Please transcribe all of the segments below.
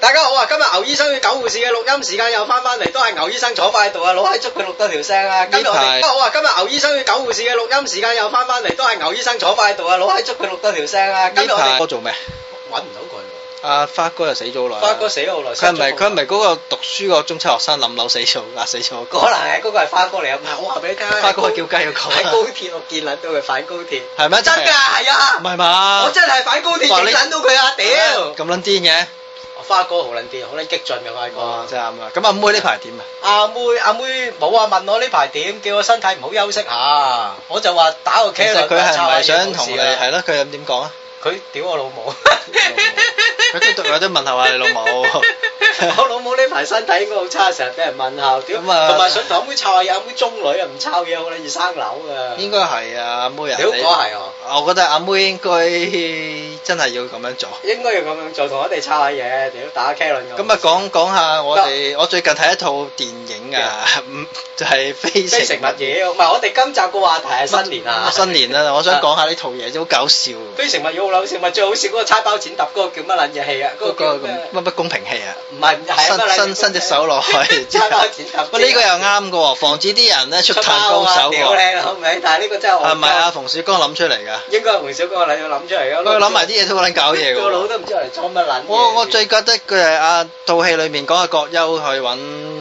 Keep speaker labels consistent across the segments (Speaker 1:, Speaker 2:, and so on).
Speaker 1: 大家好啊！今日牛醫生與狗護士嘅錄音時間又翻返嚟，都係牛醫生坐翻喺度啊！攞喺捉佢錄多條聲啊！今日我
Speaker 2: 呢排
Speaker 1: 哋大家好啊！今日牛醫生與狗護士嘅錄音時間又翻返嚟，都係牛醫生坐翻喺度啊！攞喺捉佢錄多條聲啊！今
Speaker 2: 呢
Speaker 1: 日我哋
Speaker 2: 排我做咩？
Speaker 1: 揾唔到佢
Speaker 2: 阿花哥又死咗好
Speaker 1: 喎，
Speaker 2: 耐。
Speaker 1: 花哥死咗好耐。
Speaker 2: 佢係咪佢係咪嗰個讀書個中七學生冧樓死咗壓死咗
Speaker 1: 可
Speaker 2: 個？
Speaker 1: 能係嗰個係花哥嚟啊！唔係我話俾你聽啊，
Speaker 2: 花哥叫雞嗰個
Speaker 1: 喺高鐵我見撚到佢反高鐵，
Speaker 2: 係咩
Speaker 1: 真㗎係啊！
Speaker 2: 唔係嘛
Speaker 1: 我真係反高鐵
Speaker 2: 哇你
Speaker 1: 影撚到佢啊！屌！
Speaker 2: 咁撚癲嘅，
Speaker 1: 花哥好撚啲，好撚激進嘅花
Speaker 2: 哇！
Speaker 1: 哥。
Speaker 2: 真係啱啊！咁阿妹呢排點啊？
Speaker 1: 阿妹阿妹冇啊，問我呢排點，叫我身體唔好休息下，我就話打個
Speaker 2: 其
Speaker 1: K
Speaker 2: 實佢係唔係想同你係咯？佢咁點講啊？
Speaker 1: 佢屌我老 母，
Speaker 2: 佢都有啲問候下 你老母。
Speaker 1: 我老母呢排身體應該好差，成日俾人問候，屌，
Speaker 2: 咁啊
Speaker 1: 同埋想同阿妹抄下嘢，阿妹中女啊，唔抄嘢好撚易生瘤啊，
Speaker 2: 應該係啊，阿妹啊。
Speaker 1: 屌
Speaker 2: 你
Speaker 1: 我係啊。
Speaker 2: 我覺得阿妹應該真係要咁樣做。
Speaker 1: 應該要咁樣做，同我哋抄下嘢，屌打 K 輪
Speaker 2: 咁啊，講講下我哋，我最近睇一套電影啊，唔 就係《非
Speaker 1: 非誠
Speaker 2: 誠勿
Speaker 1: 勿擾，唔係我哋今集個話題係新年啊，
Speaker 2: 新年 啦！我想講下呢套嘢，好搞笑。
Speaker 1: 非誠勿擾好撚好笑，咪最好笑嗰個猜包剪揼嗰個叫乜撚嘢戲啊？
Speaker 2: 嗰
Speaker 1: 嗰個
Speaker 2: 個
Speaker 1: 叫
Speaker 2: 咁
Speaker 1: 咩
Speaker 2: 乜乜公平器啊！
Speaker 1: 唔係唔係係乜撚嘢
Speaker 2: 伸伸伸隻手 落去，
Speaker 1: 猜包剪揼。
Speaker 2: 喂呢個又啱嘅喎，防止啲人咧出
Speaker 1: 出
Speaker 2: 探高手
Speaker 1: 包啊屌
Speaker 2: 喎。
Speaker 1: 你老味！但係呢個真 係我
Speaker 2: 係咪啊？？馮小剛諗出嚟㗎？
Speaker 1: 應該係洪小哥個撚諗出嚟㗎。
Speaker 2: 佢諗埋啲嘢都好撚搞嘢㗎
Speaker 1: 個
Speaker 2: 喎
Speaker 1: 腦。都唔知我嚟裝乜撚嘢。
Speaker 2: 我我最覺得佢係啊套戲裏面講阿葛優去揾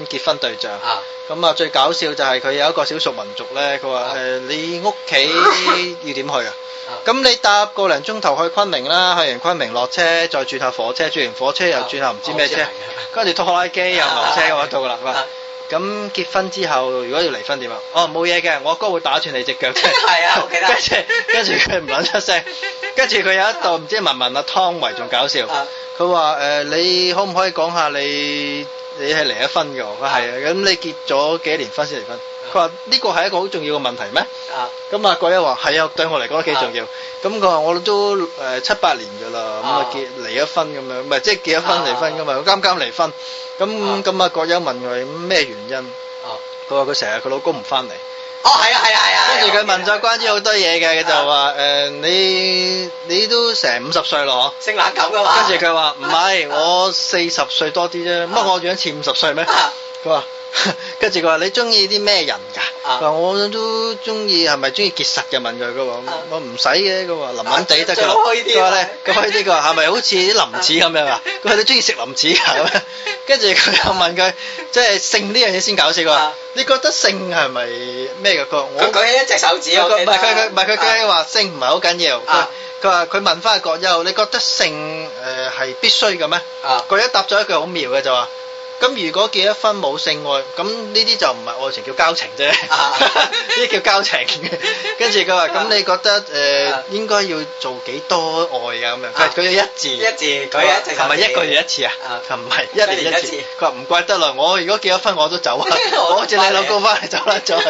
Speaker 2: 結婚對象，
Speaker 1: 啊
Speaker 2: 咁啊最搞笑就係佢有一個少數民族咧，佢
Speaker 1: 啊
Speaker 2: 話誒你屋 企要點去啊？咁你搭個零鐘頭去昆明啦，去完昆明落車，再轉下火車，轉完火車又轉下唔知咩車
Speaker 1: 啊我知係啊，
Speaker 2: 跟住拖拉機又落車嗰度啦。
Speaker 1: 啊
Speaker 2: 咁結婚之後，如果要離婚點啊？哦，冇嘢嘅，我哥會打斷你隻腳啫。
Speaker 1: 係啊我記得
Speaker 2: 跟住跟住佢唔撚出聲，跟住佢有一度唔知文文啊湯唯仲搞笑
Speaker 1: 啊，
Speaker 2: 佢話誒你可唔可以講下你你係離咗婚㗎？我話係啊，咁你結咗幾年婚先離婚？佢話呢個係一個好重要嘅問題咩？
Speaker 1: 啊
Speaker 2: 咁啊，郭一話係啊，對我嚟講都幾重要。咁佢話我都誒七八年㗎啦，咁啊
Speaker 1: 啊
Speaker 2: 結離咗婚咁樣，唔係即係結咗婚離婚㗎嘛，啱啱離婚。咁咁啊，郭一問佢咩原因？
Speaker 1: 哦
Speaker 2: 佢話佢成日佢老公唔翻嚟，
Speaker 1: 哦係啊係啊係啊！
Speaker 2: 跟住佢問咗關於好多嘢嘅，佢就
Speaker 1: 啊
Speaker 2: 話誒你你都成五十歲咯
Speaker 1: 性冷感㗎嘛。
Speaker 2: 嗬，跟住佢話唔係，我四十歲多啲啫，乜我樣似五十歲咩？
Speaker 1: 啊
Speaker 2: 佢話， 跟住佢話你中意啲咩人㗎？
Speaker 1: 啊
Speaker 2: 佢話我都中意，係咪中意結實嘅？問佢佢話
Speaker 1: 啊
Speaker 2: 我唔使嘅，佢話淋淋地得
Speaker 1: 最
Speaker 2: 㗎啦
Speaker 1: 好開啲
Speaker 2: 佢
Speaker 1: 啊
Speaker 2: 話咧，佢開啲佢話係咪好似啲林子咁 樣啊？佢話你中意食林子㗎？咁樣跟住佢又問佢，即係性呢樣嘢先搞笑。佢話
Speaker 1: 啊
Speaker 2: 你覺得性係咪咩㗎？佢話我
Speaker 1: 佢舉起一隻手指，
Speaker 2: 佢
Speaker 1: 我
Speaker 2: 佢
Speaker 1: 記
Speaker 2: 唔
Speaker 1: 得
Speaker 2: 係佢佢唔係佢佢
Speaker 1: 啊
Speaker 2: 話性唔係好緊要。佢
Speaker 1: 啊
Speaker 2: 佢話佢問翻阿葛優，你覺得性誒係必須嘅咩？
Speaker 1: 啊
Speaker 2: 佢一答咗一句好妙嘅就話：咁如果結咗婚冇性愛，咁呢啲就唔係愛情，叫交情啫。
Speaker 1: 啊
Speaker 2: 呢啲叫交情。跟住佢話：咁你覺得誒、
Speaker 1: 啊
Speaker 2: 應該要做幾多愛啊？咁樣
Speaker 1: 啊
Speaker 2: 佢佢要一字
Speaker 1: 一字舉起一隻手指。
Speaker 2: 係咪一個月一次啊
Speaker 1: 啊？
Speaker 2: 唔係一
Speaker 1: 一年
Speaker 2: 年
Speaker 1: 一
Speaker 2: 一
Speaker 1: 次
Speaker 2: 次。佢話唔怪得啦，我如果結咗婚我都走啊，我好似你老公翻嚟走啦走啦。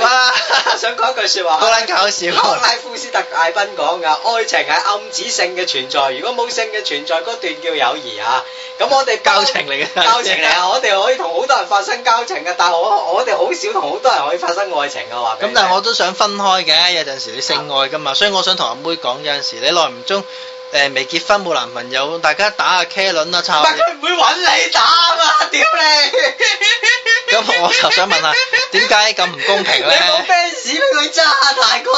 Speaker 2: 哇！
Speaker 1: 想講一句説話。
Speaker 2: 好撚搞笑。
Speaker 1: 克拉夫斯特艾賓講噶，愛情係暗指性嘅存在，如果冇性嘅存在，嗰段叫友誼啊。咁我哋
Speaker 2: 交情嚟嘅
Speaker 1: 交情嚟啊！我哋可以同好多人發生交情嘅，但係我我哋好少同好多人可以發生愛情嘅話俾
Speaker 2: 咁
Speaker 1: 你聽。
Speaker 2: 但係我都想分開嘅，有陣時你性愛噶嘛，所以我想同阿妹講，有陣時你耐唔中誒未結婚冇男朋友，大家打下茄輪啦，
Speaker 1: 唔
Speaker 2: 抄下
Speaker 1: 係
Speaker 2: 嘢。
Speaker 1: 佢唔會揾你打啊嘛！屌你！
Speaker 2: 咁我就想問下，點解咁唔公平咧
Speaker 1: 你？冇 Benz 俾佢揸啊，大哥！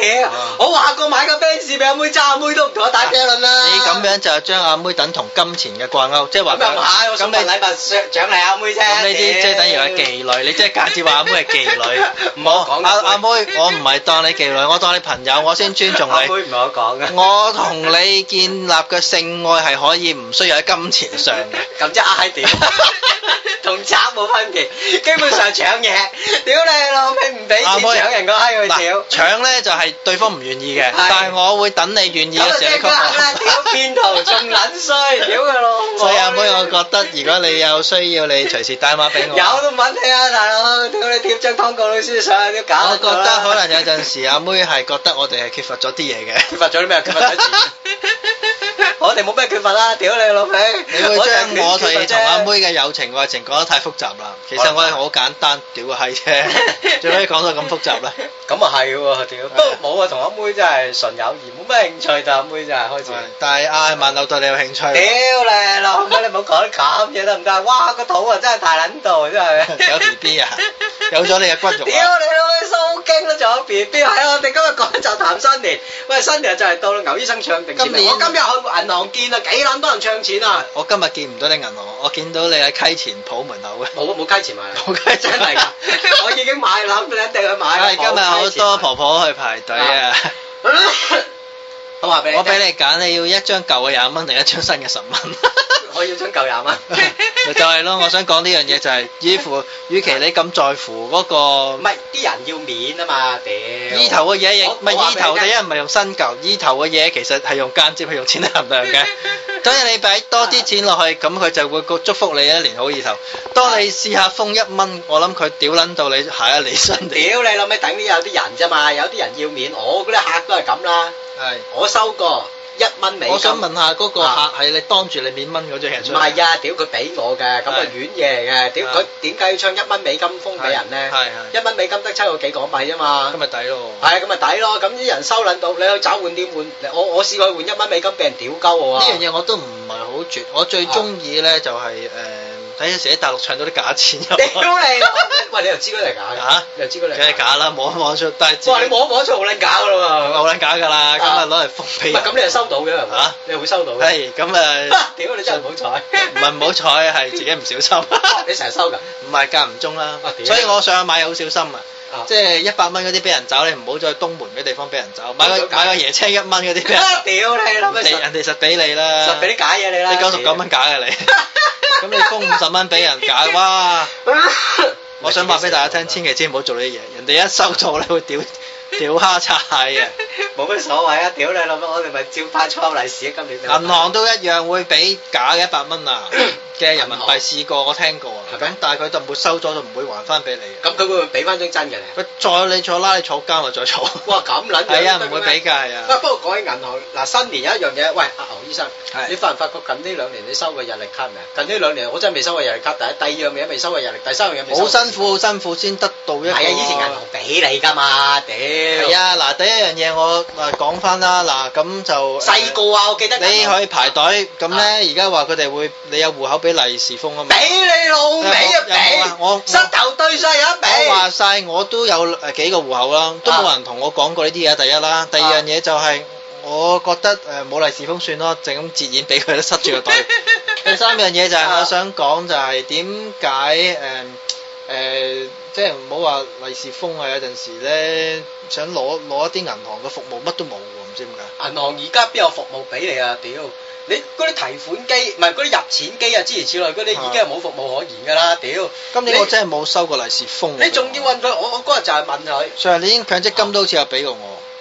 Speaker 1: 屌
Speaker 2: 啊，
Speaker 1: 我話過買個 Benz 俾阿妹揸，阿妹都唔同我打車輪啦。
Speaker 2: 你咁樣就將阿妹等同金錢嘅掛鈎，即係話
Speaker 1: 咁又唔係，我
Speaker 2: 咁
Speaker 1: 送
Speaker 2: 你
Speaker 1: 份禮物獎獎勵阿妹啫。
Speaker 2: 咁呢啲即係等於係妓女，你即係間接話阿妹係妓女。
Speaker 1: 唔 好講
Speaker 2: 阿阿
Speaker 1: 阿
Speaker 2: 妹，我唔係當你妓女，我當你朋友，我先尊重
Speaker 1: 阿妹
Speaker 2: 你。
Speaker 1: 唔好講嘅。
Speaker 2: 我同你建立嘅性愛係可以唔需要喺金錢上 嘅。
Speaker 1: 咁即係嗌屌，同賊冇分別，基本上搶嘢。屌你老味，唔俾錢
Speaker 2: 阿妹
Speaker 1: 搶人個閪佢屌
Speaker 2: 嗱，。搶咧就係對方唔願意嘅，
Speaker 1: 係
Speaker 2: 但係我會等你願意
Speaker 1: 咁
Speaker 2: 嘅
Speaker 1: 啊，
Speaker 2: 時候
Speaker 1: 即
Speaker 2: 你
Speaker 1: 刻啦！
Speaker 2: 給
Speaker 1: 屌
Speaker 2: 我。
Speaker 1: 騙徒仲撚衰，屌佢老母！
Speaker 2: 所以阿妹，我覺得如果你有需要，你隨時打電話俾我。
Speaker 1: 有都唔揾你啊，大佬！屌你貼張湯告老師上去，屌搞
Speaker 2: 我覺得可能有陣時阿妹係覺得我哋係缺乏咗啲 嘢嘅。
Speaker 1: 缺乏咗啲咩？缺乏咗錢。我哋冇咩缺乏啦，屌你老味！
Speaker 2: 你會將我
Speaker 1: 哋缺乏
Speaker 2: 哋同
Speaker 1: 啫
Speaker 2: 阿妹妹嘅友情愛情講得太複雜啦，其實
Speaker 1: 好
Speaker 2: 我
Speaker 1: 啦
Speaker 2: 哋好簡單，屌 個閪啫，最尾講到咁複雜咧，
Speaker 1: 咁啊係喎，屌！不過冇啊，同阿妹真係純友誼，冇乜興趣對阿妹真係開始。
Speaker 2: 但係阿萬柳對你有興
Speaker 1: 屌
Speaker 2: 趣，
Speaker 1: 你老母，你唔好講啲咁嘢得唔得？哇，個肚啊真係大撚到，真係。
Speaker 2: 有 B B 啊，有咗你嘅骨肉啊，
Speaker 1: 屌你老母，蘇經都仲有 B B 係啊！我哋今日講就談新年，喂，新年就嚟到啦，牛醫生唱定錢
Speaker 2: 今年
Speaker 1: 我今日去銀行見啊，幾撚多人唱錢啊！
Speaker 2: 我今日見唔到你銀行，我見到你喺溪前鋪門口嘅，
Speaker 1: 冇冇雞錢買啦，
Speaker 2: 冇雞
Speaker 1: 真
Speaker 2: 錢
Speaker 1: 係㗎！我已經買啦，咁你一定去買啦。
Speaker 2: 係今日好
Speaker 1: 冇雞錢
Speaker 2: 多婆婆去排隊啊，
Speaker 1: 買。我話俾你，
Speaker 2: 我俾，你揀，你要一張舊嘅廿蚊定一張新嘅十 蚊。
Speaker 1: 我要張舊廿蚊。
Speaker 2: 咪就係咯，我想講呢樣嘢就係、依 乎，與其你咁在乎嗰、
Speaker 1: 唔
Speaker 2: 個
Speaker 1: 係啲人要面啊嘛，屌！
Speaker 2: 依頭嘅嘢，亦
Speaker 1: 我
Speaker 2: 唔係依頭嘅嘢唔係用新舊，依頭嘅嘢其實係用間接去用錢衡量 嘅。所以你俾多啲錢落去，咁佢就會個祝福你一年好意頭。當你試下封一蚊，我諗佢屌撚到你下一年新年。
Speaker 1: 屌你老味，等啲有啲人啫嘛，有啲人要面，我嗰啲客都係咁啦，
Speaker 2: 係，
Speaker 1: 我收過一蚊美金。
Speaker 2: 我想問下嗰、個
Speaker 1: 啊
Speaker 2: 客係你當住你面蚊嗰張嘢
Speaker 1: 唔
Speaker 2: 出嚟？
Speaker 1: 係啊，屌佢俾我嘅，咁啊
Speaker 2: 係
Speaker 1: 軟嘢嚟嘅，屌
Speaker 2: 啊
Speaker 1: 佢點解要唱一蚊美金封俾人咧？
Speaker 2: 係
Speaker 1: 一
Speaker 2: 係，
Speaker 1: 蚊美金得七個幾港幣啫嘛
Speaker 2: 咁。咪抵咯。
Speaker 1: 係啊，咁咪抵咯，咁啲人收撚到，你去找換店換，我我試過去換一蚊美金俾人屌鳩我
Speaker 2: 呢
Speaker 1: 啊！
Speaker 2: 樣嘢我都唔係好絕，我最中意咧就係誒睇有時喺大陸唱到啲假錢
Speaker 1: 屌
Speaker 2: 入去。
Speaker 1: 你老味！喂，你又知嗰啲係假嘅？
Speaker 2: 嚇
Speaker 1: 你又知嗰啲
Speaker 2: 梗係？假啦，啊摸一摸出，但係自己
Speaker 1: 哇！你摸一摸做好撚假噶啦
Speaker 2: 好撚假㗎啦，咁
Speaker 1: 啊
Speaker 2: 啊攞嚟
Speaker 1: 喎！
Speaker 2: 封
Speaker 1: 唔
Speaker 2: 俾
Speaker 1: 係
Speaker 2: 人。
Speaker 1: 咁，你又收到嘅係嘛
Speaker 2: 嚇？
Speaker 1: 你又會收到 嘅？
Speaker 2: 係咁啊，
Speaker 1: 屌你真係唔好彩！
Speaker 2: 唔係唔好彩，係自己唔小 心，
Speaker 1: 你成日收㗎？
Speaker 2: 唔係間唔中啦
Speaker 1: 啊。屌
Speaker 2: 所以我上去買好小心啊
Speaker 1: 啊，
Speaker 2: 即係一百蚊嗰啲俾人走，你唔好再東門嗰啲地方俾人走，買
Speaker 1: 咁
Speaker 2: 個
Speaker 1: 搞
Speaker 2: 買個椰青一蚊嗰啲俾人
Speaker 1: 啊屌你老
Speaker 2: 走，
Speaker 1: 味！
Speaker 2: 人哋
Speaker 1: 實
Speaker 2: 人哋實俾你啦，
Speaker 1: 實俾啲假嘢你啦！
Speaker 2: 你九十 九蚊假嘅你，咁你封五十蚊俾人假，哇！我想話俾大家聽，千祈千祈唔好做呢啲嘢，人哋一收到咧會屌屌蝦擦蟹
Speaker 1: 冇乜所謂啊！屌你老母，我哋咪照翻粗口利是啊！今年
Speaker 2: 嘅。銀行都一樣會俾假嘅一百蚊啊嘅人民幣試過，我聽過啊。
Speaker 1: 係咩
Speaker 2: 咁但係佢就沒收咗，就唔會還翻俾你嘅。
Speaker 1: 咁佢會唔會俾翻張真嘅你啊？
Speaker 2: 佢再你坐拉你坐監啊，再坐。
Speaker 1: 哇咁撚樣
Speaker 2: 係啊，
Speaker 1: 得嘅
Speaker 2: 唔會
Speaker 1: 咩
Speaker 2: 俾㗎，係啊。
Speaker 1: 不不過講起銀行嗱，新年有一樣嘢，喂阿牛醫生，
Speaker 2: 係
Speaker 1: 你發唔發覺近呢兩年你收過日曆卡未啊？近呢兩年我真係未收過日曆卡，第一第二樣嘢未收過日曆，第三樣嘢未收過
Speaker 2: 好辛苦，好辛苦先得到一個。
Speaker 1: 係啊，以前銀行俾你㗎嘛，屌。
Speaker 2: 係啊，嗱，第一樣嘢我嗱講翻啦，嗱咁就
Speaker 1: 細個啊，我記得
Speaker 2: 你去排隊，咁
Speaker 1: 啊
Speaker 2: 咧而家話佢哋會你有戶口俾利是封啊嘛。
Speaker 1: 俾你老味啊，
Speaker 2: 有冇有冇啊我
Speaker 1: 俾膝頭對上有一
Speaker 2: 我話
Speaker 1: 俾。
Speaker 2: 晒我都有誒幾個戶口啦，都冇人同我講過呢啲嘢。第一啦，第二樣嘢就係、我覺得誒冇利是封算咯，就咁截然俾佢都塞住個袋。第三樣嘢就係、
Speaker 1: 啊
Speaker 2: 我想講就係點解誒 à, 誒，即係唔好話利是封啊！有陣時咧想攞攞一啲銀行嘅服務，乜都冇喎，唔知點解。
Speaker 1: 銀行而家邊有服務俾你啊？屌！你嗰啲提款機，唔係嗰啲入錢機啊，諸如此類嗰啲已經係冇服務可言㗎啦，屌！
Speaker 2: 今年
Speaker 1: 你
Speaker 2: 我真係冇收過利是封。
Speaker 1: 你仲要問佢？我我嗰日就係問佢，
Speaker 2: 上年強積金都好似有俾過我。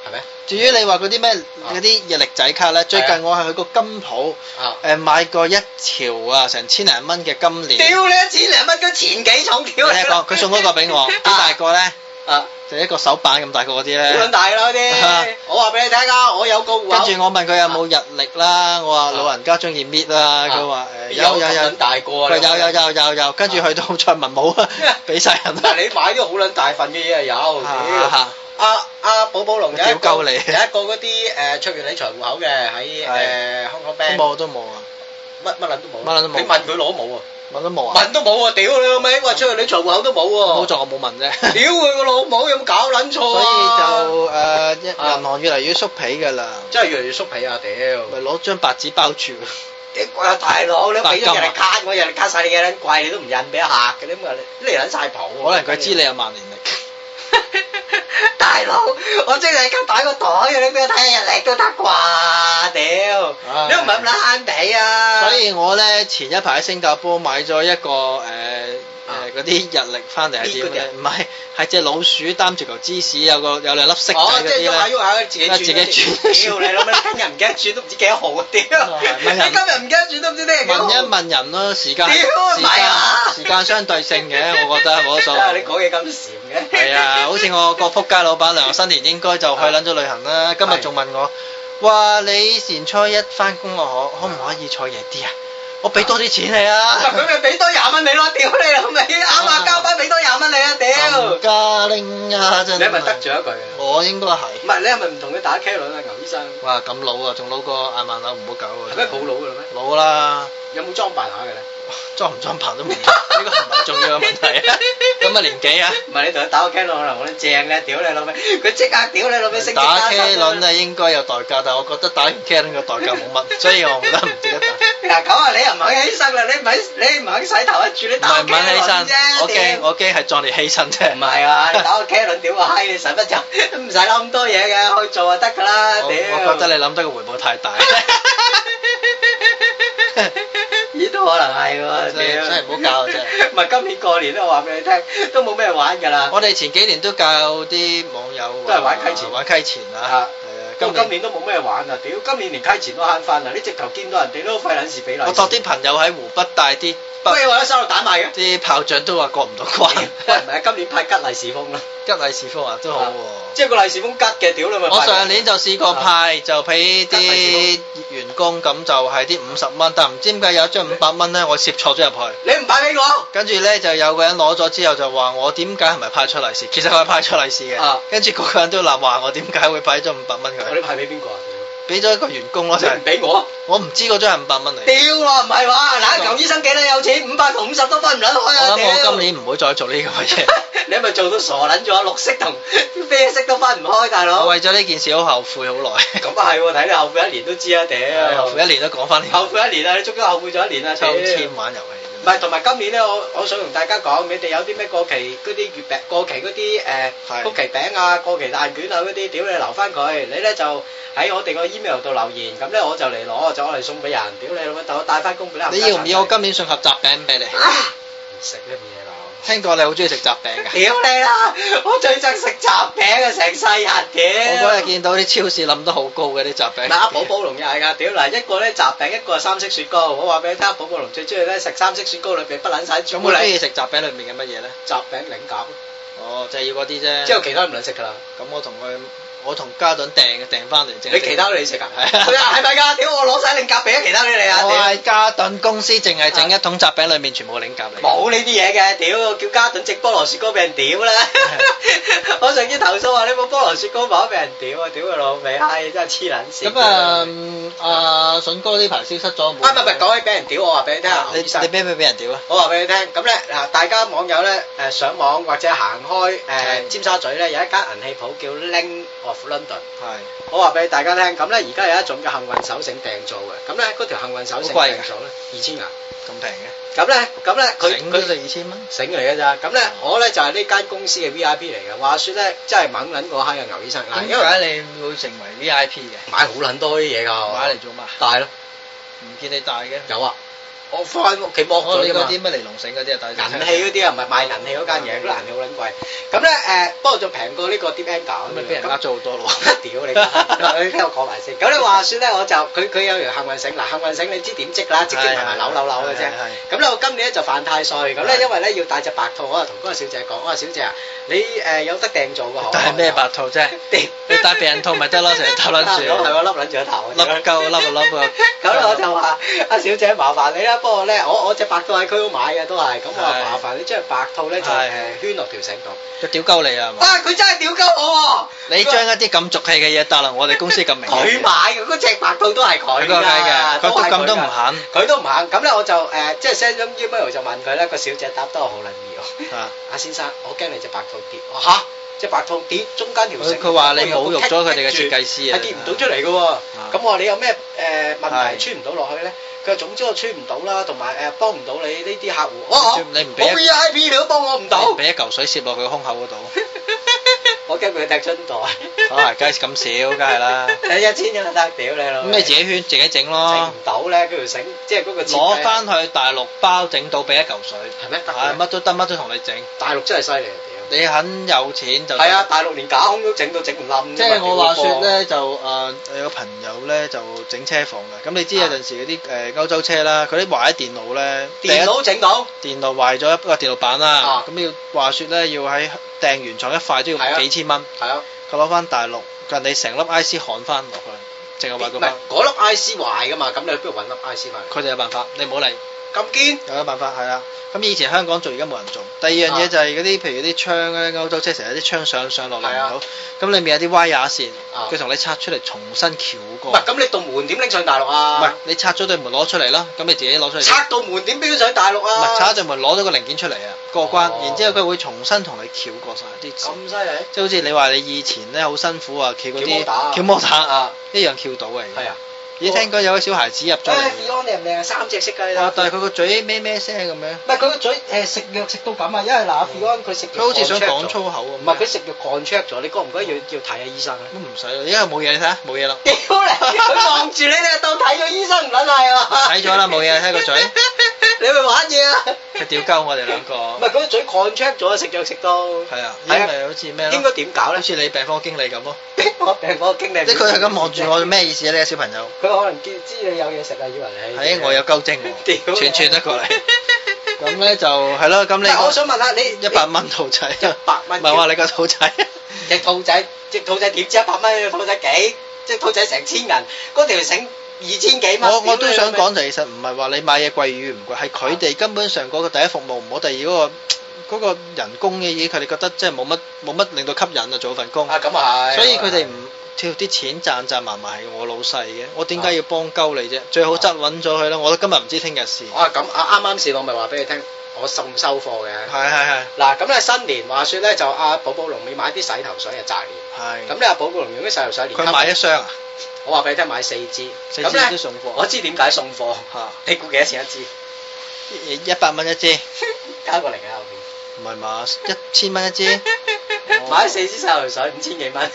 Speaker 1: 係咪？
Speaker 2: 至於你話嗰啲咩嗰啲日曆仔卡咧，最近我係去個金鋪。
Speaker 1: 啊！
Speaker 2: 誒買過一條啊，成千零蚊嘅金鏈。
Speaker 1: 屌你一千零蚊，佢前幾重屌
Speaker 2: 我
Speaker 1: 你
Speaker 2: 聽
Speaker 1: 啦！
Speaker 2: 講佢送嗰個俾 我，幾大個咧？
Speaker 1: 啊！
Speaker 2: 就一個手板咁大個嗰啲
Speaker 1: 好撚
Speaker 2: 咧。
Speaker 1: 大啦嗰
Speaker 2: 啊
Speaker 1: 啲，我話俾你聽啊，我有個戶
Speaker 2: 跟
Speaker 1: 口，
Speaker 2: 住我問佢有冇日曆啦，我話老人家中意搣啦，佢
Speaker 1: Ờ.
Speaker 2: 話誒有有
Speaker 1: 咁
Speaker 2: 有
Speaker 1: 撚，大個啊！
Speaker 2: 佢
Speaker 1: 你
Speaker 2: 有有有有有，跟住去到蔡文冇 啊，俾晒人
Speaker 1: 嗱，你買啲好撚大份嘅嘢係有，屌
Speaker 2: À, 啦。
Speaker 1: 阿阿寶寶龍有一
Speaker 2: 屌
Speaker 1: 個
Speaker 2: 鳩
Speaker 1: 有
Speaker 2: 你
Speaker 1: 一個嗰啲誒卓越理財戶口嘅喺誒
Speaker 2: 係
Speaker 1: 香港
Speaker 2: 都
Speaker 1: bank，
Speaker 2: 冇都冇啊，
Speaker 1: 乜乜撚都冇，
Speaker 2: 乜撚都冇
Speaker 1: 你問佢攞冇啊？
Speaker 2: 問都冇啊，
Speaker 1: 問都冇啊！屌你老味，話卓越理財戶口都冇
Speaker 2: 冇
Speaker 1: 喎，
Speaker 2: 做我冇問啫。
Speaker 1: 屌佢個老母有冇搞撚錯
Speaker 2: 所以
Speaker 1: 啊？
Speaker 2: 就誒一銀行越嚟越縮皮㗎啦，
Speaker 1: 真係越嚟越縮皮啊！屌！
Speaker 2: 咪攞張白紙包住。
Speaker 1: 你鬼啊大佬，你都俾
Speaker 2: 白金
Speaker 1: 咗
Speaker 2: 啊
Speaker 1: 人哋卡，我人哋卡晒你嘅撚貴，你都唔印俾客嘅，你咁啊你嚟撚晒譜喎。
Speaker 2: 可能佢知你有萬年曆。
Speaker 1: 大佬，我即係而家擺個袋嘅，你俾我睇下日曆都得啩？屌，
Speaker 2: 唉
Speaker 1: 你都唔係咁撚慳地啊！
Speaker 2: 所以我咧前一排喺新加坡買咗一個誒
Speaker 1: 啊
Speaker 2: 誒嗰啲日曆翻嚟係點
Speaker 1: 搣嗰啲啊
Speaker 2: 咧？唔係係只老鼠擔住嚿芝士，有個有兩粒色仔
Speaker 1: 哦
Speaker 2: 嗰，
Speaker 1: 即係
Speaker 2: 啲啊
Speaker 1: 喐下喐
Speaker 2: 咧。
Speaker 1: 下，自己轉，
Speaker 2: 自己轉
Speaker 1: 屌你老味，你今日唔記得轉都唔知幾多號啊！屌，你今日唔記得轉都唔知你係幾多
Speaker 2: 問
Speaker 1: 號。
Speaker 2: 一問人咯，時間
Speaker 1: 屌
Speaker 2: 時
Speaker 1: 唔係啊
Speaker 2: 間時間相對性嘅，我覺得冇乜所
Speaker 1: 啊你
Speaker 2: 謂。
Speaker 1: 講嘢咁蟬嘅。
Speaker 2: 係啊，好似我個仆街老闆娘新年應該就去撚咗旅行啦，今日仲問我：哇，你年初一翻工我可可唔可以坐夜啲啊？我俾多啲錢 你啊！
Speaker 1: 佢咪俾多廿蚊你咯，屌你老味，啱啊，交班俾多廿蚊你啊，屌！
Speaker 2: 家拎啊，真
Speaker 1: 你
Speaker 2: 係
Speaker 1: 係咪得罪咗佢啊？
Speaker 2: 我應該係。
Speaker 1: 唔係，你係咪唔同佢打 K 輪啊，牛醫生？
Speaker 2: 哇，咁老啊，仲老過艾曼樓，唔好搞啊！
Speaker 1: 係咩好老噶啦咩？
Speaker 2: 老啦，
Speaker 1: 有冇裝扮下嘅咧？
Speaker 2: 裝唔裝棚都唔 得，呢個唔係重要嘅問題啊！咁嘅年紀啊，
Speaker 1: 唔係你同佢打個 K 輪，可能我哋正咧，屌你老味，佢即刻屌你老味，升職
Speaker 2: 打
Speaker 1: 加薪
Speaker 2: K
Speaker 1: 啊
Speaker 2: 輪啊應該有代價，但係我覺得打完 K 輪嘅代價冇乜，所以我覺得唔值得打。
Speaker 1: 嗱咁啊，你又唔肯起身啦，你唔肯你唔肯洗頭一住，你
Speaker 2: 唔
Speaker 1: 打
Speaker 2: 係
Speaker 1: 個
Speaker 2: 唔
Speaker 1: K
Speaker 2: 肯起
Speaker 1: 輪
Speaker 2: 身，
Speaker 1: 啫，
Speaker 2: 我驚
Speaker 1: 屌！
Speaker 2: 我驚係撞你起身啫。
Speaker 1: 唔係啊，你打個 K 輪屌個閪，你使乜 就唔使諗咁多嘢嘅，去做就得㗎啦，屌！
Speaker 2: 我我覺得你諗得個回報太 大，
Speaker 1: 咦都可能係喎，
Speaker 2: 真係
Speaker 1: 屌！
Speaker 2: 真係唔好教啊 真係
Speaker 1: 唔係今年過年都話俾你聽，都冇咩玩㗎啦。
Speaker 2: 我哋前幾年都教啲網友話
Speaker 1: 都係玩溪錢
Speaker 2: 玩溪錢啊
Speaker 1: 啊，
Speaker 2: 係
Speaker 1: 今
Speaker 2: 啊，今
Speaker 1: 今
Speaker 2: 年
Speaker 1: 年都冇咩玩啊！屌，今年連溪錢都慳翻啦！你直頭見到人哋都費撚事俾禮。
Speaker 2: 我託啲朋友喺湖北帶啲
Speaker 1: 不如話咗手榴彈賣嘅。
Speaker 2: 啲炮仗都話過唔 到關，
Speaker 1: 喂，唔係啊，今年派吉利是封啦，
Speaker 2: 吉利是封啊都
Speaker 1: À,
Speaker 2: 好喎。
Speaker 1: 即係個利是封吉嘅，屌你咪派
Speaker 2: 我上年就試過派，就俾
Speaker 1: 吉利
Speaker 2: 啲員工咁就係啲五十蚊，但唔知點解有一張五百蚊咧，我攝錯咗入去。
Speaker 1: 你唔派俾我，
Speaker 2: 跟住咧就有個人攞咗之後就話我點解係咪派出利是？其實佢係派出利是嘅
Speaker 1: 啊。
Speaker 2: 跟住嗰個人都鬧話我點解會派咗五百蚊
Speaker 1: 我
Speaker 2: 佢，
Speaker 1: 哋派俾邊個啊？
Speaker 2: 俾咗一個員工咯就
Speaker 1: 屌
Speaker 2: 係
Speaker 1: 你唔。俾我，
Speaker 2: 我唔知嗰張係五百蚊嚟。
Speaker 1: 屌啊！唔係話嗱，牛醫生幾撚有錢，五百同五十都分唔撚
Speaker 2: 我
Speaker 1: 開啊！
Speaker 2: 諗我
Speaker 1: 屌
Speaker 2: 今年唔會再做呢個嘢。
Speaker 1: 你係咪做到傻撚咗啊？綠色同啡色都分唔開，大
Speaker 2: 我
Speaker 1: 佬。
Speaker 2: 為咗呢件事好後悔好耐，
Speaker 1: 咁啊係喎，睇你後悔一年都知啊！屌
Speaker 2: 後，悔一年都講翻呢個
Speaker 1: 後悔一年啊！你足足後悔咗一年啊！
Speaker 2: 抽
Speaker 1: 屌
Speaker 2: 籤玩遊戲
Speaker 1: 唔。係，同埋今年咧，我我想同大家講，你哋有啲咩過期嗰啲月餅、過期嗰啲
Speaker 2: 係
Speaker 1: 誒曲奇餅啊、過期蛋卷啊嗰啲，屌你留翻佢，你咧就喺我哋個 email 度留言，咁咧我就嚟攞，就攞嚟送俾人，屌你老母，等我帶翻工俾你。
Speaker 2: 你要唔要我今年送盒雜餅俾你？
Speaker 1: 啊唔食呢咁
Speaker 2: 聽講你好中意食雜餅㗎。
Speaker 1: 嘢啦！屌你啦！我最憎食雜餅啊，成世人屌！
Speaker 2: 我嗰日見到啲超市冧得好高嘅啲雜餅。
Speaker 1: 嗱，阿寶寶龍又係㗎，屌嗱，一個咧雜餅，一個係三色雪糕。我話俾你聽，阿寶寶龍最中意咧食三色雪糕裏邊不撚晒朱
Speaker 2: 咁
Speaker 1: 古
Speaker 2: 會中
Speaker 1: 力
Speaker 2: 意食雜餅裏面嘅乜嘢咧？
Speaker 1: 雜餅領夾，
Speaker 2: 哦，就係要嗰啲啫。
Speaker 1: 之後其他唔撚食㗎啦。
Speaker 2: 咁我同佢，我同嘉頓訂訂翻嚟啫。
Speaker 1: 你其他都你 食啊？
Speaker 2: 係啊
Speaker 1: 佢話係咪㗎？屌我攞晒領夾俾咗其他俾你啊！
Speaker 2: 我
Speaker 1: 屌
Speaker 2: 係嘉頓公司，淨係整一桶雜餅裏面全部領夾嚟。
Speaker 1: 冇呢啲嘢嘅，屌我叫嘉頓直菠蘿雪糕俾人屌 啦！我上次投訴話你冇菠蘿雪糕冇得俾人屌啊！屌佢老味，唉真係黐撚線。
Speaker 2: 咁啊，嗯阿筍哥呢排消失咗。
Speaker 1: 啊唔係唔係講起俾人屌，我話俾你聽啊，
Speaker 2: 你
Speaker 1: 牛醫生
Speaker 2: 你俾唔俾人屌啊？
Speaker 1: 我話俾你聽，咁咧嗱，大家網友咧誒上網或者行開
Speaker 2: 係
Speaker 1: 誒尖沙咀咧有一間銀器鋪叫 Link of London，
Speaker 2: 係。
Speaker 1: 我話俾大家聽，咁咧而家有一種嘅幸運手繩訂做嘅，咁咧嗰條幸運手繩
Speaker 2: 好貴㗎
Speaker 1: 訂做咧二千銀，
Speaker 2: 咁平嘅，
Speaker 1: 咁咧咁咧佢
Speaker 2: 整都
Speaker 1: 佢
Speaker 2: 就二千蚊。
Speaker 1: 醒嚟嘅咋，咁咧我咧就係呢間公司嘅 V I P 嚟嘅，話説咧真係猛撚過閪嘅牛醫生嗱，
Speaker 2: 點
Speaker 1: 因為
Speaker 2: 解你會成為 V I P 嘅？
Speaker 1: 買好撚多啲嘢㗎，
Speaker 2: 買嚟做乜？
Speaker 1: 大咯，
Speaker 2: 唔見你帶嘅。
Speaker 1: 有啊，我翻屋企剝
Speaker 2: 我
Speaker 1: 咗
Speaker 2: 哋
Speaker 1: 㗎嘛
Speaker 2: 嗰。啲乜尼龍繩嗰啲啊，帶
Speaker 1: 銀器嗰啲啊，唔係賣銀器嗰間嘢，嗰啲銀器好撚貴。咁咧誒，不過仲平過呢個 Deep End
Speaker 2: 咁
Speaker 1: 咁
Speaker 2: 咪
Speaker 1: 樣。
Speaker 2: 俾人呃咗好 多咯。
Speaker 1: 咁屌你個閪！你聽我講埋先。咁你話説咧，我就佢佢有條幸運繩，嗱幸運繩你知點織啦，織織埋埋扭扭扭嘅啫
Speaker 2: 係係。
Speaker 1: 咁咧我今年咧就犯太歲，咁
Speaker 2: 係
Speaker 1: 咧因為咧要戴隻白兔，我就同嗰個小姐講，我話小姐啊，你誒有得訂做嘅可？
Speaker 2: 但係咩 白 兔啫？
Speaker 1: 屌？
Speaker 2: 你戴避孕套咪得咯，成日 耷撚
Speaker 1: 係
Speaker 2: 住，
Speaker 1: 我笠撚住個頭。
Speaker 2: 笠鳩笠啊笠啊。
Speaker 1: 咁咧我就話：阿小姐麻煩你啦，不過咧我我隻白兔喺區度買嘅都係，咁我話
Speaker 2: 係
Speaker 1: 麻煩你將白兔咧就
Speaker 2: 係
Speaker 1: 誒圈落條繩度。
Speaker 2: 佢屌鳩你啊係嘛！
Speaker 1: 啊！佢真係屌鳩我
Speaker 2: 你將一啲咁俗氣嘅嘢搭落我哋公司咁
Speaker 1: 喎，
Speaker 2: 明
Speaker 1: 佢
Speaker 2: 顯
Speaker 1: 買嘅嗰只白兔都係佢
Speaker 2: 佢個計
Speaker 1: 㗎，
Speaker 2: 嘅，佢
Speaker 1: 係
Speaker 2: 篤咁都唔
Speaker 1: 㗎
Speaker 2: 肯
Speaker 1: 佢都唔肯，咁咧我就誒、即係 send 咗 email 就問佢咧，個小姐答得我好撚妙。
Speaker 2: 啊！
Speaker 1: 阿先生，我驚你隻白兔跌，我嚇隻白兔跌中間條
Speaker 2: 佢
Speaker 1: 繩。
Speaker 2: 佢話你侮辱咗佢哋嘅設計師啊！
Speaker 1: 係跌唔到出嚟嘅喎。咁我話你有咩誒問題
Speaker 2: 係
Speaker 1: 穿唔到落去咧？佢話總之我穿唔到啦，同埋誒幫唔到你呢啲客戶。我話
Speaker 2: 你唔俾啊
Speaker 1: 我 VIP 你都幫我唔
Speaker 2: 你
Speaker 1: 到，
Speaker 2: 俾一嚿水攝落佢胸口嗰度，
Speaker 1: 我驚佢踢春袋。
Speaker 2: 啊，梗係咁少，梗係啦。
Speaker 1: 你 一千蚊得屌你咯。
Speaker 2: 咁你自己圈自己整
Speaker 1: 整
Speaker 2: 咯
Speaker 1: 唔，到咧？佢條繩即係嗰個設計
Speaker 2: 攞翻去大陸包整到俾一嚿水，
Speaker 1: 係咩？得嘅
Speaker 2: 係乜啊都得，乜都同你整。
Speaker 1: 大陸真係犀利啊！屌。
Speaker 2: 你肯有錢就得
Speaker 1: 係啊，，大陸連假空都整到整唔冧㗎嘛。
Speaker 2: 即係我話説
Speaker 1: 屌，
Speaker 2: 咧，就誒、呃有個朋友咧就整車房嘅，咁你知有陣時嗰啲誒歐洲車啦，佢啲壞咗電腦咧，
Speaker 1: 電
Speaker 2: 掟
Speaker 1: 腦整到
Speaker 2: 電腦壞咗一個電腦板啦
Speaker 1: 啊，
Speaker 2: 咁、要話説咧要喺訂原廠一塊都
Speaker 1: 係
Speaker 2: 要
Speaker 1: 啊
Speaker 2: 幾千蚊，
Speaker 1: 係啊，
Speaker 2: 佢攞翻大陸，人哋成粒 IC 焊翻落去，淨係
Speaker 1: 唔
Speaker 2: 話個
Speaker 1: 係
Speaker 2: 包，
Speaker 1: 嗰粒 I C 壞噶嘛，咁你去邊度揾粒 I C 翻嚟？
Speaker 2: 佢哋有辦法，你唔好嚟。
Speaker 1: 咁堅
Speaker 2: 有辦法係啦。啊咁以前香港做，而家冇人做。
Speaker 1: 啊
Speaker 2: 第二樣嘢就係嗰啲，譬如啲窗咧，歐洲車成日啲窗上上落落唔
Speaker 1: 係啊
Speaker 2: 到，咁裡面有啲歪牙線
Speaker 1: 啊，
Speaker 2: 佢同你拆出嚟重新撬
Speaker 1: 唔
Speaker 2: 過。
Speaker 1: 係咁，你道門點拎上大陸
Speaker 2: 唔係
Speaker 1: 啊？
Speaker 2: 你拆咗對門攞出嚟啦，咁你自己攞出嚟。
Speaker 1: 拆到門點標上大陸
Speaker 2: 唔
Speaker 1: 啊？
Speaker 2: 係拆咗對門攞咗個零件出嚟啊，過關，
Speaker 1: 哦
Speaker 2: 然之後佢會重新同你撬過晒啲線。
Speaker 1: 咁犀利？
Speaker 2: 即係好似你話你以前咧好辛苦啊，撬嗰
Speaker 1: 撬摩打
Speaker 2: 啲
Speaker 1: 啊
Speaker 2: 撬摩打啊，一樣撬到嘅。而家
Speaker 1: 係啊！
Speaker 2: 咦，聽講有個小孩子入咗
Speaker 1: 唉，
Speaker 2: 嚟
Speaker 1: 二。安靚唔靚啊？三隻色㗎你睇
Speaker 2: 哇！但係佢個嘴咩咩聲咁樣，
Speaker 1: 唔係佢個嘴誒食藥食到咁啊，因為嗱，Fion 佢食
Speaker 2: 佢好似想講
Speaker 1: contract 咗
Speaker 2: 粗口咁。
Speaker 1: 唔係佢食藥 contract 咗，你覺唔覺得要要睇下醫 生啊？
Speaker 2: 都唔使啦，因為冇嘢你睇下，冇嘢啦，
Speaker 1: 屌你！佢望住你，你當睇咗醫生唔撚係啊？
Speaker 2: 睇咗啦，冇嘢，睇 個嘴，
Speaker 1: 你咪玩嘢啊！
Speaker 2: 佢屌鳩我哋兩
Speaker 1: 唔
Speaker 2: 個，
Speaker 1: 係佢個嘴 contract 咗，食藥食到
Speaker 2: 係啊，因
Speaker 1: 係啊
Speaker 2: 為好似咩
Speaker 1: 應該
Speaker 2: 咯，
Speaker 1: 點搞
Speaker 2: 好
Speaker 1: 咧？
Speaker 2: 似你病房經理咁咯，
Speaker 1: 我病房經理
Speaker 2: 即係佢係咁望
Speaker 1: Dạ.
Speaker 2: 住我，，咩意思咧？小朋友，
Speaker 1: 佢可能見知你有嘢食啊，以為你
Speaker 2: 係我有鳩精
Speaker 1: 屌
Speaker 2: 喎，
Speaker 1: 你
Speaker 2: 串串得過嚟，咁咧就係咯，咁
Speaker 1: 唔係我
Speaker 2: 你
Speaker 1: 想問下你
Speaker 2: 一百蚊兔仔，唔
Speaker 1: 百蚊，
Speaker 2: 係話你個兔仔，
Speaker 1: 只兔仔，只兔仔點知一百蚊？只兔仔幾？只兔仔成千銀，嗰條繩二千幾蚊。
Speaker 2: 我
Speaker 1: 屌
Speaker 2: 我都
Speaker 1: 你
Speaker 2: 想
Speaker 1: 老味
Speaker 2: 講就其實唔係話你買嘢貴與唔貴，係佢哋根本上嗰個第一服務唔好，第二嗰個。嗰個人工嘅嘢，佢哋覺得即係冇乜冇乜令到吸引啊，做份工。
Speaker 1: 啊，咁啊係。
Speaker 2: 所以佢哋唔跳啲錢賺賺埋埋係我老細嘅，我點解要幫鳩你啫？最好質揾咗佢啦，我今日唔知聽日事。
Speaker 1: 啊咁啊啱啱試我咪話俾你聽，我送收貨嘅。
Speaker 2: 係係係
Speaker 1: 嗱咁咧新年話説咧就阿寶寶龍尾買啲洗頭水啊擲年，咁
Speaker 2: 係。
Speaker 1: 咧阿寶寶龍用啲洗頭水連
Speaker 2: 佢買一箱啊，
Speaker 1: 我話俾你聽買四支，
Speaker 2: 四
Speaker 1: 咁
Speaker 2: 支都
Speaker 1: 咧
Speaker 2: 送貨
Speaker 1: 我知點解送貨，
Speaker 2: 嚇，
Speaker 1: 你估幾多錢一支？
Speaker 2: 一百蚊一支，
Speaker 1: 加個零喺後面，
Speaker 2: 唔係嘛？一千蚊一支，哦
Speaker 1: 買四支洗頭水五千幾蚊，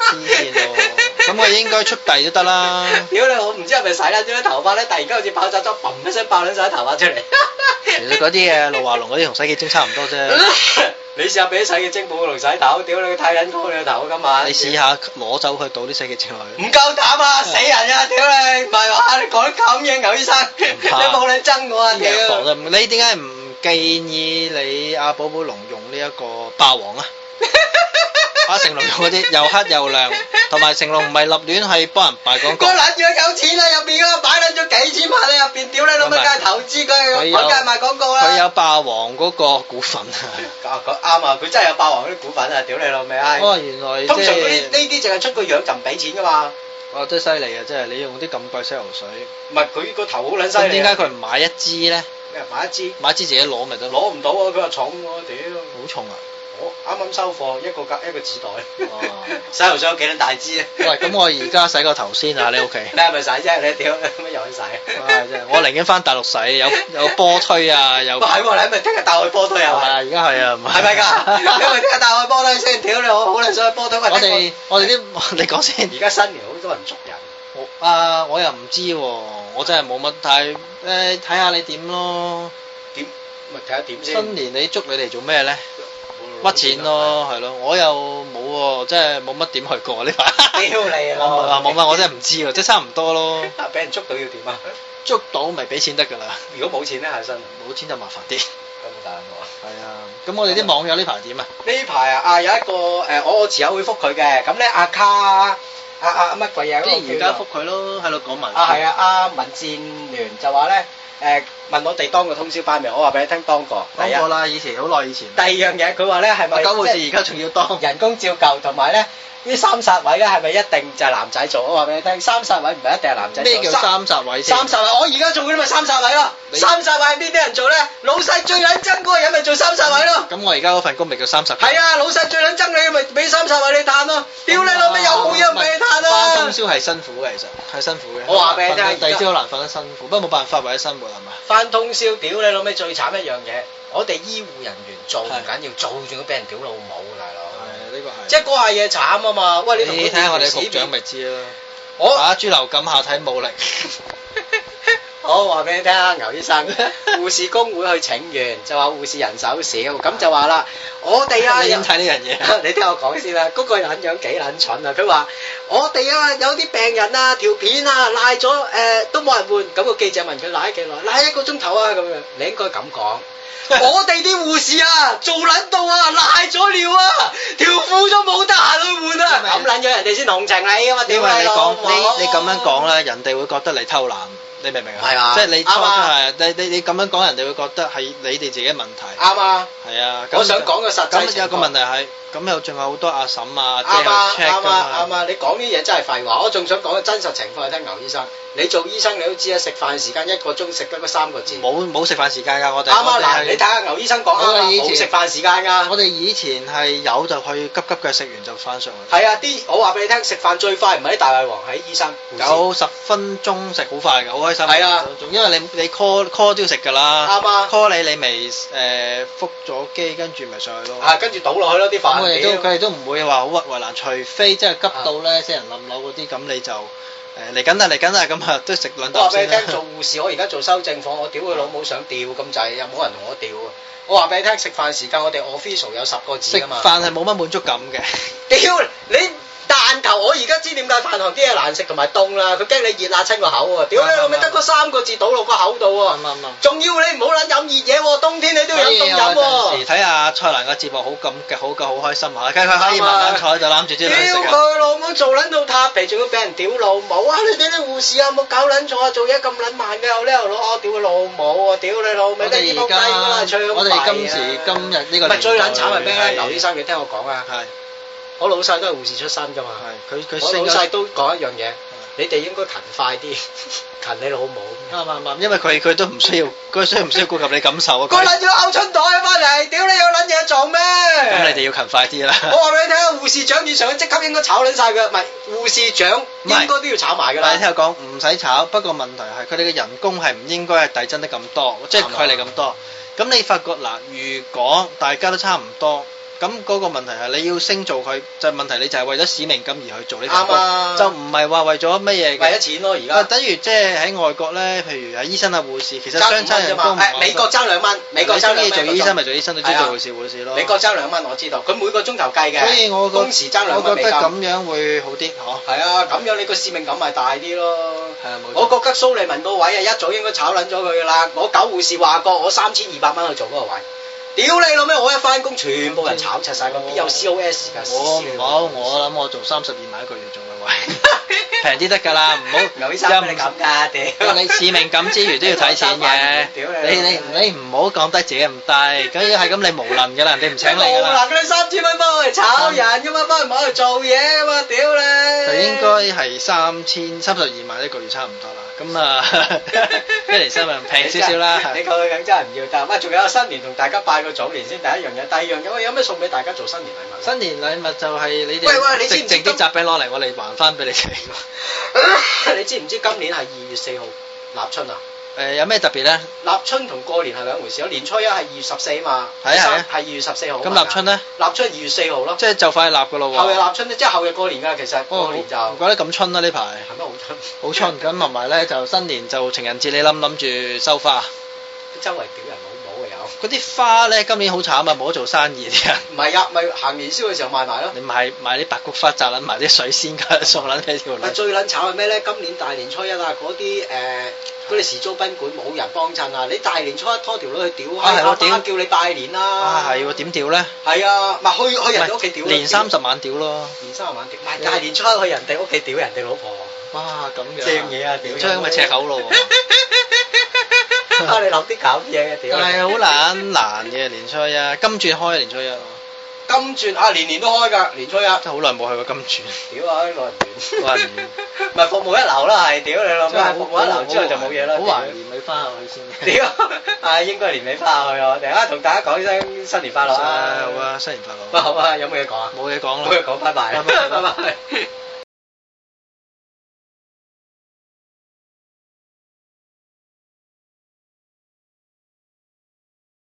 Speaker 2: 黐線喎！咁我應該出幣都得啦。
Speaker 1: 屌你我唔知係咪洗啦，啲頭髮咧突然間好似爆炸咗，砰一聲爆撚晒啲頭髮出嚟。
Speaker 2: 其實嗰啲嘢，露華龍嗰啲同洗潔精差唔多 啫。
Speaker 1: 你試下俾洗嘅精寶龍洗頭，屌你太撚高你個頭今晚。
Speaker 2: 你試下攞走佢倒啲洗潔精落去。
Speaker 1: 唔夠膽啊！死人啊！屌你，唔係話你講得咁嘢，牛醫生，你
Speaker 2: 怕
Speaker 1: 冇你憎我啊！
Speaker 2: 啲藥房
Speaker 1: 屌，
Speaker 2: 就唔你點解唔建議你阿寶寶龍用呢一個霸 王啊？阿成龍用嗰啲又黑又亮，同埋成龍唔係立亂係幫人賣廣告
Speaker 1: 個，撚樣有錢啦，入邊嗰個擺撚咗幾千萬喺入邊，屌你老母，
Speaker 2: 唔係
Speaker 1: 梗係投資佢，
Speaker 2: 佢
Speaker 1: 佢
Speaker 2: 有
Speaker 1: 梗係賣廣告
Speaker 2: 佢
Speaker 1: 啦。
Speaker 2: 有霸王嗰個股份啊！
Speaker 1: 啊，佢啱啊！佢真係有霸王嗰啲股份啊！屌你老味，唉
Speaker 2: 哦，原來即
Speaker 1: 通常嗰啲呢
Speaker 2: 係
Speaker 1: 啲淨係出個樣就唔俾錢噶嘛，
Speaker 2: 哇，真係犀利啊！真係你用啲咁貴洗頭水，
Speaker 1: 唔係佢個頭好撚犀
Speaker 2: 咁
Speaker 1: 利
Speaker 2: 點
Speaker 1: 啊。
Speaker 2: 解佢唔買一支咧？
Speaker 1: 咩買一支
Speaker 2: 買一支自己攞咪得咯？
Speaker 1: 攞唔到啊？佢話重喎，屌！
Speaker 2: 好重啊！
Speaker 1: 我啱啱收貨一個格一個紙袋
Speaker 2: 哦，
Speaker 1: 洗頭水有幾撚大支啊？
Speaker 2: 喂，咁我 而家洗個頭先啊！你屋企，
Speaker 1: 你係咪洗啫？你屌 乜又去洗？
Speaker 2: 唉真係我寧願翻大陸洗，有 有波推啊，有
Speaker 1: 哇係喎，你咪聽日帶我去波堆
Speaker 2: 係
Speaker 1: 啊？
Speaker 2: 啊，而家係啊，唔係
Speaker 1: 係咪 㗎？因為聽日帶我去波堆先，屌你我好撚想去波堆。喂
Speaker 2: 我
Speaker 1: 聽
Speaker 2: 哋我哋啲 你講先
Speaker 1: 講，而家新年好多人捉人，
Speaker 2: 我啊我又唔知喎，我真係冇乜，但係誒睇下你點咯。
Speaker 1: 咪睇下點先。
Speaker 2: 新年你捉你嚟做咩咧？
Speaker 1: 冇
Speaker 2: 屈錢。咯，係咯，我又冇喎，真係冇乜點去過呢排。
Speaker 1: 屌你
Speaker 2: 我冇啊
Speaker 1: 啊！
Speaker 2: 冇乜，我真係唔知喎，即係差唔多咯。
Speaker 1: 啊！俾人捉到要點啊？
Speaker 2: 捉到咪俾錢得㗎啦，
Speaker 1: 如果冇錢咧，下身
Speaker 2: 冇錢就麻煩啲。
Speaker 1: 咁冇大鑊。
Speaker 2: 係啊，咁我哋啲網友呢排點啊？
Speaker 1: 呢排啊，啊有一個誒，我我遲下會覆佢嘅。咁咧，阿卡啊啊乜鬼嘢？嗰個叫做
Speaker 2: 佢咯，喺度講埋
Speaker 1: 啊係啊，阿民戰聯就話咧誒問我哋當過通宵班未？我話俾你聽當過。第一
Speaker 2: 講過啦，以前好耐以前。
Speaker 1: 第二樣嘢，佢話咧係咪
Speaker 2: 九護
Speaker 1: 即
Speaker 2: 士而家仲要當
Speaker 1: 係。人工照舊，同埋咧呢三殺位咧係咪一定就係男仔做？我話俾你聽，三殺位唔係一定係男仔做。
Speaker 2: 咩叫三十位先？
Speaker 1: 三殺位？我而家做嗰啲咪三殺位咯。
Speaker 2: 你
Speaker 1: 三殺位係邊啲人做咧？老細最撚憎嗰個人咪做三殺位咯。
Speaker 2: 咁我而家嗰份工咪叫三十？
Speaker 1: 係啊，老細最撚憎你咪俾三殺位你嘆咯。屌你老味，有好嘢唔俾你嘆啊
Speaker 2: 翻通
Speaker 1: 啦。
Speaker 2: 宵係辛苦嘅，其實係辛苦嘅。
Speaker 1: 我話俾你聽
Speaker 2: 瞓得第二朝好難瞓得辛苦，不過冇辦法為咗生活係嘛？
Speaker 1: 翻通宵，屌你老味最慘一樣嘢，我哋醫護人員做唔
Speaker 2: 係
Speaker 1: 緊要，做仲要俾人屌老母啊，大
Speaker 2: 係
Speaker 1: 佬。
Speaker 2: 呢個係。
Speaker 1: 即係嗰下嘢慘啊嘛！喂，你同
Speaker 2: 你
Speaker 1: 佢
Speaker 2: 睇下我哋
Speaker 1: 屎
Speaker 2: 局長
Speaker 1: 片
Speaker 2: 咪知咯，
Speaker 1: 我
Speaker 2: 打豬流感下體冇力，
Speaker 1: 我話俾你聽啊，牛醫 生，護士工會去請願，就話護士人手少，咁就話啦，我哋 啊
Speaker 2: 你
Speaker 1: 有
Speaker 2: 點睇呢樣嘢？
Speaker 1: 你聽我講先啦，嗰、個撚樣幾撚蠢啊！佢話我哋啊有啲病人啊條片啊賴咗誒都冇人換，咁、個記者問佢賴幾耐，賴一個鐘頭啊咁樣，你應該咁 講。我哋啲護士啊，做撚到啊，賴咗尿啊，條褲都冇得閒去換啊，咁撚樣人哋先同情你啊嘛，
Speaker 2: 因
Speaker 1: 屌
Speaker 2: 為你
Speaker 1: 老
Speaker 2: 講
Speaker 1: 母
Speaker 2: 你你咁樣講咧，人哋會覺得你偷懶，你明唔明啊？
Speaker 1: 係啊
Speaker 2: 即係你初
Speaker 1: 啱啊
Speaker 2: 係你你你咁樣講，人哋會覺得係你哋自己問題。
Speaker 1: 啱啊，
Speaker 2: 係啊，咁
Speaker 1: 我想講個實際
Speaker 2: 咁
Speaker 1: 情
Speaker 2: 有個
Speaker 1: 況
Speaker 2: 問題係，咁又仲有好多阿嬸啊、阿姐
Speaker 1: 啱啊
Speaker 2: 去 check
Speaker 1: 啱
Speaker 2: 㗎
Speaker 1: 啊
Speaker 2: 嘛
Speaker 1: 啱。啊！你講呢啲嘢真係廢話，我仲想講個真實情況係聽牛醫生。你做醫生你都知啊，食飯時間一個鐘食得嗰三個字。
Speaker 2: 冇冇食飯時間㗎，我哋
Speaker 1: 啱啊！
Speaker 2: 我哋
Speaker 1: 嗱，
Speaker 2: 係
Speaker 1: 你睇下牛醫生講啱
Speaker 2: 我
Speaker 1: 啊，
Speaker 2: 哋以前
Speaker 1: 冇食飯時間㗎。
Speaker 2: 我哋以前係有就去急急腳食完就翻上去，
Speaker 1: 係啊，啲我話俾你聽，食飯最快唔係啲大胃王，係啲醫生。護士
Speaker 2: 有十分鐘食好快嘅，好開心。
Speaker 1: 係啊，
Speaker 2: 因為你你 call call 都要食㗎啦
Speaker 1: 啱啊
Speaker 2: ，call 你你咪誒覆咗機，跟住咪上去咯。
Speaker 1: 啊，跟住倒落去咯啲
Speaker 2: 咁佢
Speaker 1: 飯。
Speaker 2: 哋都
Speaker 1: 屌啊
Speaker 2: 佢哋都唔會話好屈為難，除非即係急到咧死人冧樓嗰啲，咁你就誒嚟緊啦嚟緊啦咁啊，都食兩
Speaker 1: 我話
Speaker 2: 啖
Speaker 1: 俾你
Speaker 2: 先
Speaker 1: 聽，做
Speaker 2: 啦。
Speaker 1: 護士我而家做修正房，我屌佢老母想調咁滯，又冇人同我調啊！我話俾你聽，食飯時間我哋 official 有十個字
Speaker 2: 食
Speaker 1: 㗎嘛
Speaker 2: 飯。係冇乜滿足感嘅，
Speaker 1: 屌你彈頭！我而家知點解飯堂啲嘢難食同埋凍啦，佢驚你熱辣親個口啊！屌你老味，得嗰三個字倒落個口度
Speaker 2: 啱
Speaker 1: 喎，
Speaker 2: 啱啱。
Speaker 1: 仲要你唔好撚飲熱嘢喎，冬天你都要飲
Speaker 2: 所以
Speaker 1: 凍
Speaker 2: 有
Speaker 1: 飲
Speaker 2: 陣時
Speaker 1: 喎。
Speaker 2: 睇下蔡瀾嘅節目好咁嘅，好嘅好開心啊！跟住佢可以
Speaker 1: 啱啊
Speaker 2: 慢慢坐喺度攬住
Speaker 1: 屌
Speaker 2: 啲女食啊。
Speaker 1: 佢老母做撚到塌皮，仲要俾人屌老母啊！你哋啲護士啊，冇搞撚錯啊！做嘢咁撚慢嘅，又呢又攞我屌佢老母啊！屌你老
Speaker 2: 我
Speaker 1: 味，呢啲
Speaker 2: 哋
Speaker 1: 仆
Speaker 2: 而
Speaker 1: 街㗎啦，
Speaker 2: 家
Speaker 1: 唱啊
Speaker 2: 我哋今時今日呢個
Speaker 1: 唔係最撚
Speaker 2: 年代
Speaker 1: 慘係咩咧？
Speaker 2: 係
Speaker 1: 劉醫生，你聽我講啊，
Speaker 2: 係
Speaker 1: 我老細都係護士出身㗎嘛。
Speaker 2: 係佢佢
Speaker 1: 我老
Speaker 2: 升
Speaker 1: 細
Speaker 2: 咗
Speaker 1: 都講一樣嘢，你哋應該勤快啲， 勤你老母。
Speaker 2: 啱啱啱，因為佢佢都唔需要佢需唔需要顧及你感受啊？
Speaker 1: 個
Speaker 2: 佢
Speaker 1: 撚要嘔春袋翻嚟，屌你有撚嘢做咩？
Speaker 2: 咁你哋要勤快啲啦。
Speaker 1: 我話俾你聽，護士長以上嘅職級應該炒撚晒佢，唔係護士長應該都要炒埋㗎
Speaker 2: 但係
Speaker 1: 啦。
Speaker 2: 聽我講唔使炒，不過問題係佢哋嘅人工係唔應該係遞增得咁多，即係
Speaker 1: 啱啊
Speaker 2: 距離咁多。咁你發覺嗱，如果大家都差唔多，咁嗰個問題係你要升做佢，就問題你就係為咗使命感而去做呢份
Speaker 1: 啱啊
Speaker 2: 工，就唔係話為咗乜嘢
Speaker 1: 為咗
Speaker 2: 嘅。
Speaker 1: 錢咯，而
Speaker 2: 啊，
Speaker 1: 家
Speaker 2: 等於即係喺外國咧，譬如係醫生啊、護士，其實
Speaker 1: 爭
Speaker 2: 相差
Speaker 1: 五蚊啫
Speaker 2: 人
Speaker 1: 嘛
Speaker 2: 工唔
Speaker 1: 誒美國爭兩蚊，美國爭兩
Speaker 2: 你中
Speaker 1: 蚊。
Speaker 2: 意做醫生咪做醫生，你中意
Speaker 1: 係啊
Speaker 2: 做護士護士咯。
Speaker 1: 美國爭兩蚊，我知道，佢每個鐘頭計嘅。
Speaker 2: 所以我覺
Speaker 1: 工時爭兩
Speaker 2: 我
Speaker 1: 蚊美
Speaker 2: 覺得
Speaker 1: 金。
Speaker 2: 咁樣會好啲，嗬。
Speaker 1: 係啊，咁樣你個使命感咪大啲咯。
Speaker 2: 係啊，冇
Speaker 1: 我
Speaker 2: 錯。
Speaker 1: 覺得蘇利文個位啊，一早應該炒撚咗佢噶啦。我九護士話過，我三千二百蚊去做嗰個位。屌你老咩！我一翻工，全部人炒柒晒佢，邊有 COS 㗎？
Speaker 2: 我唔好，
Speaker 1: 黐線
Speaker 2: 我諗我做三十二萬一個月做 嘅位，平啲得㗎啦，唔好
Speaker 1: 牛醫生俾你咁㗎，屌！
Speaker 2: 你使命感之餘都要睇錢 嘅，
Speaker 1: 屌
Speaker 2: 你你你唔好講低自己咁 低，咁要係咁你無能㗎啦，人哋唔請你㗎啦，
Speaker 1: 冇能你三千蚊幫我嚟炒人㗎嘛，幫唔幫去做嘢㗎嘛？屌你！
Speaker 2: 就應該 係三千三十二萬一個月差唔多啦， 咁啊一年三萬平少少啦，
Speaker 1: 你夠佢咁真係唔要得。喂，仲有新年同大家拜個早年先，第一樣嘢，第二樣嘢，喂，有咩送俾大家做新年禮 物？
Speaker 2: 新年禮物就係你
Speaker 1: 喂喂你
Speaker 2: 哋
Speaker 1: 知唔
Speaker 2: 直
Speaker 1: 知
Speaker 2: 直啲雜餅攞嚟，我哋還翻俾你哋。
Speaker 1: 你知唔知今年係二月四號立春啊？
Speaker 2: 誒有咩特別咧？
Speaker 1: 立春同過年係兩回事，有年初一係二月十四嘛，
Speaker 2: 係啊係啊
Speaker 1: 係二月十四號。
Speaker 2: 咁立春，咧，
Speaker 1: 立春二月四號咯，
Speaker 2: 即係就快立㗎咯喎。
Speaker 1: 後日立春咧，即係後日過年㗎，其實過年就
Speaker 2: 哦唔
Speaker 1: 係
Speaker 2: 怪得咁春啦呢排。
Speaker 1: 咪好春？
Speaker 2: 好春，咁同埋咧就新年就情人節，你諗諗住收花？
Speaker 1: 周圍屌人老母啊有，
Speaker 2: 嗰啲花咧今年好慘啊，冇得做生意啲人，
Speaker 1: 唔係啊，咪行年宵嘅時候賣埋咯。
Speaker 2: 你買買啲白菊花摘撚埋啲水仙佢送撚俾條女
Speaker 1: 咪，最撚慘係咩咧？今年大年初一啊，嗰啲誒嗰啲時租賓館冇人幫襯啊！你大年初一拖條女去屌閪，
Speaker 2: 啊係喎
Speaker 1: 阿媽
Speaker 2: 屌
Speaker 1: 叫你拜年啦。
Speaker 2: 啊係喎，點屌咧？
Speaker 1: 係啊，咪去去人哋屋企屌咯。
Speaker 2: 年三十晚屌咯，
Speaker 1: 年三十晚屌，唔係大年初一去人哋屋企屌人哋老 婆，
Speaker 2: 哇咁樣，
Speaker 1: 正嘢啊！屌，
Speaker 2: 出咁咪赤口咯
Speaker 1: 啊！
Speaker 2: 喎，
Speaker 1: 你諗啲搞嘢嘅屌
Speaker 2: 但，係好難難嘅年初一，金鑽開年初一，
Speaker 1: 金鑽啊，年年都開㗎，年初一，
Speaker 2: 真係好耐冇去過金鑽，
Speaker 1: 屌啊，老人院，
Speaker 2: 老人院，
Speaker 1: 唔係服務一流啦，係屌你老母，服務一流之後就冇嘢啦，
Speaker 2: 好懷念你翻下去先。
Speaker 1: 屌， 啊應該年尾翻去我哋啊，同大家講聲新年快樂
Speaker 2: 啊
Speaker 1: 啊！
Speaker 2: 好，啊，新年快樂
Speaker 1: 喂，好啊，有冇嘢講啊？
Speaker 2: 冇嘢講
Speaker 1: 冇
Speaker 2: 啦。
Speaker 1: 嘢講，拜拜，
Speaker 2: 拜拜
Speaker 1: 拜拜。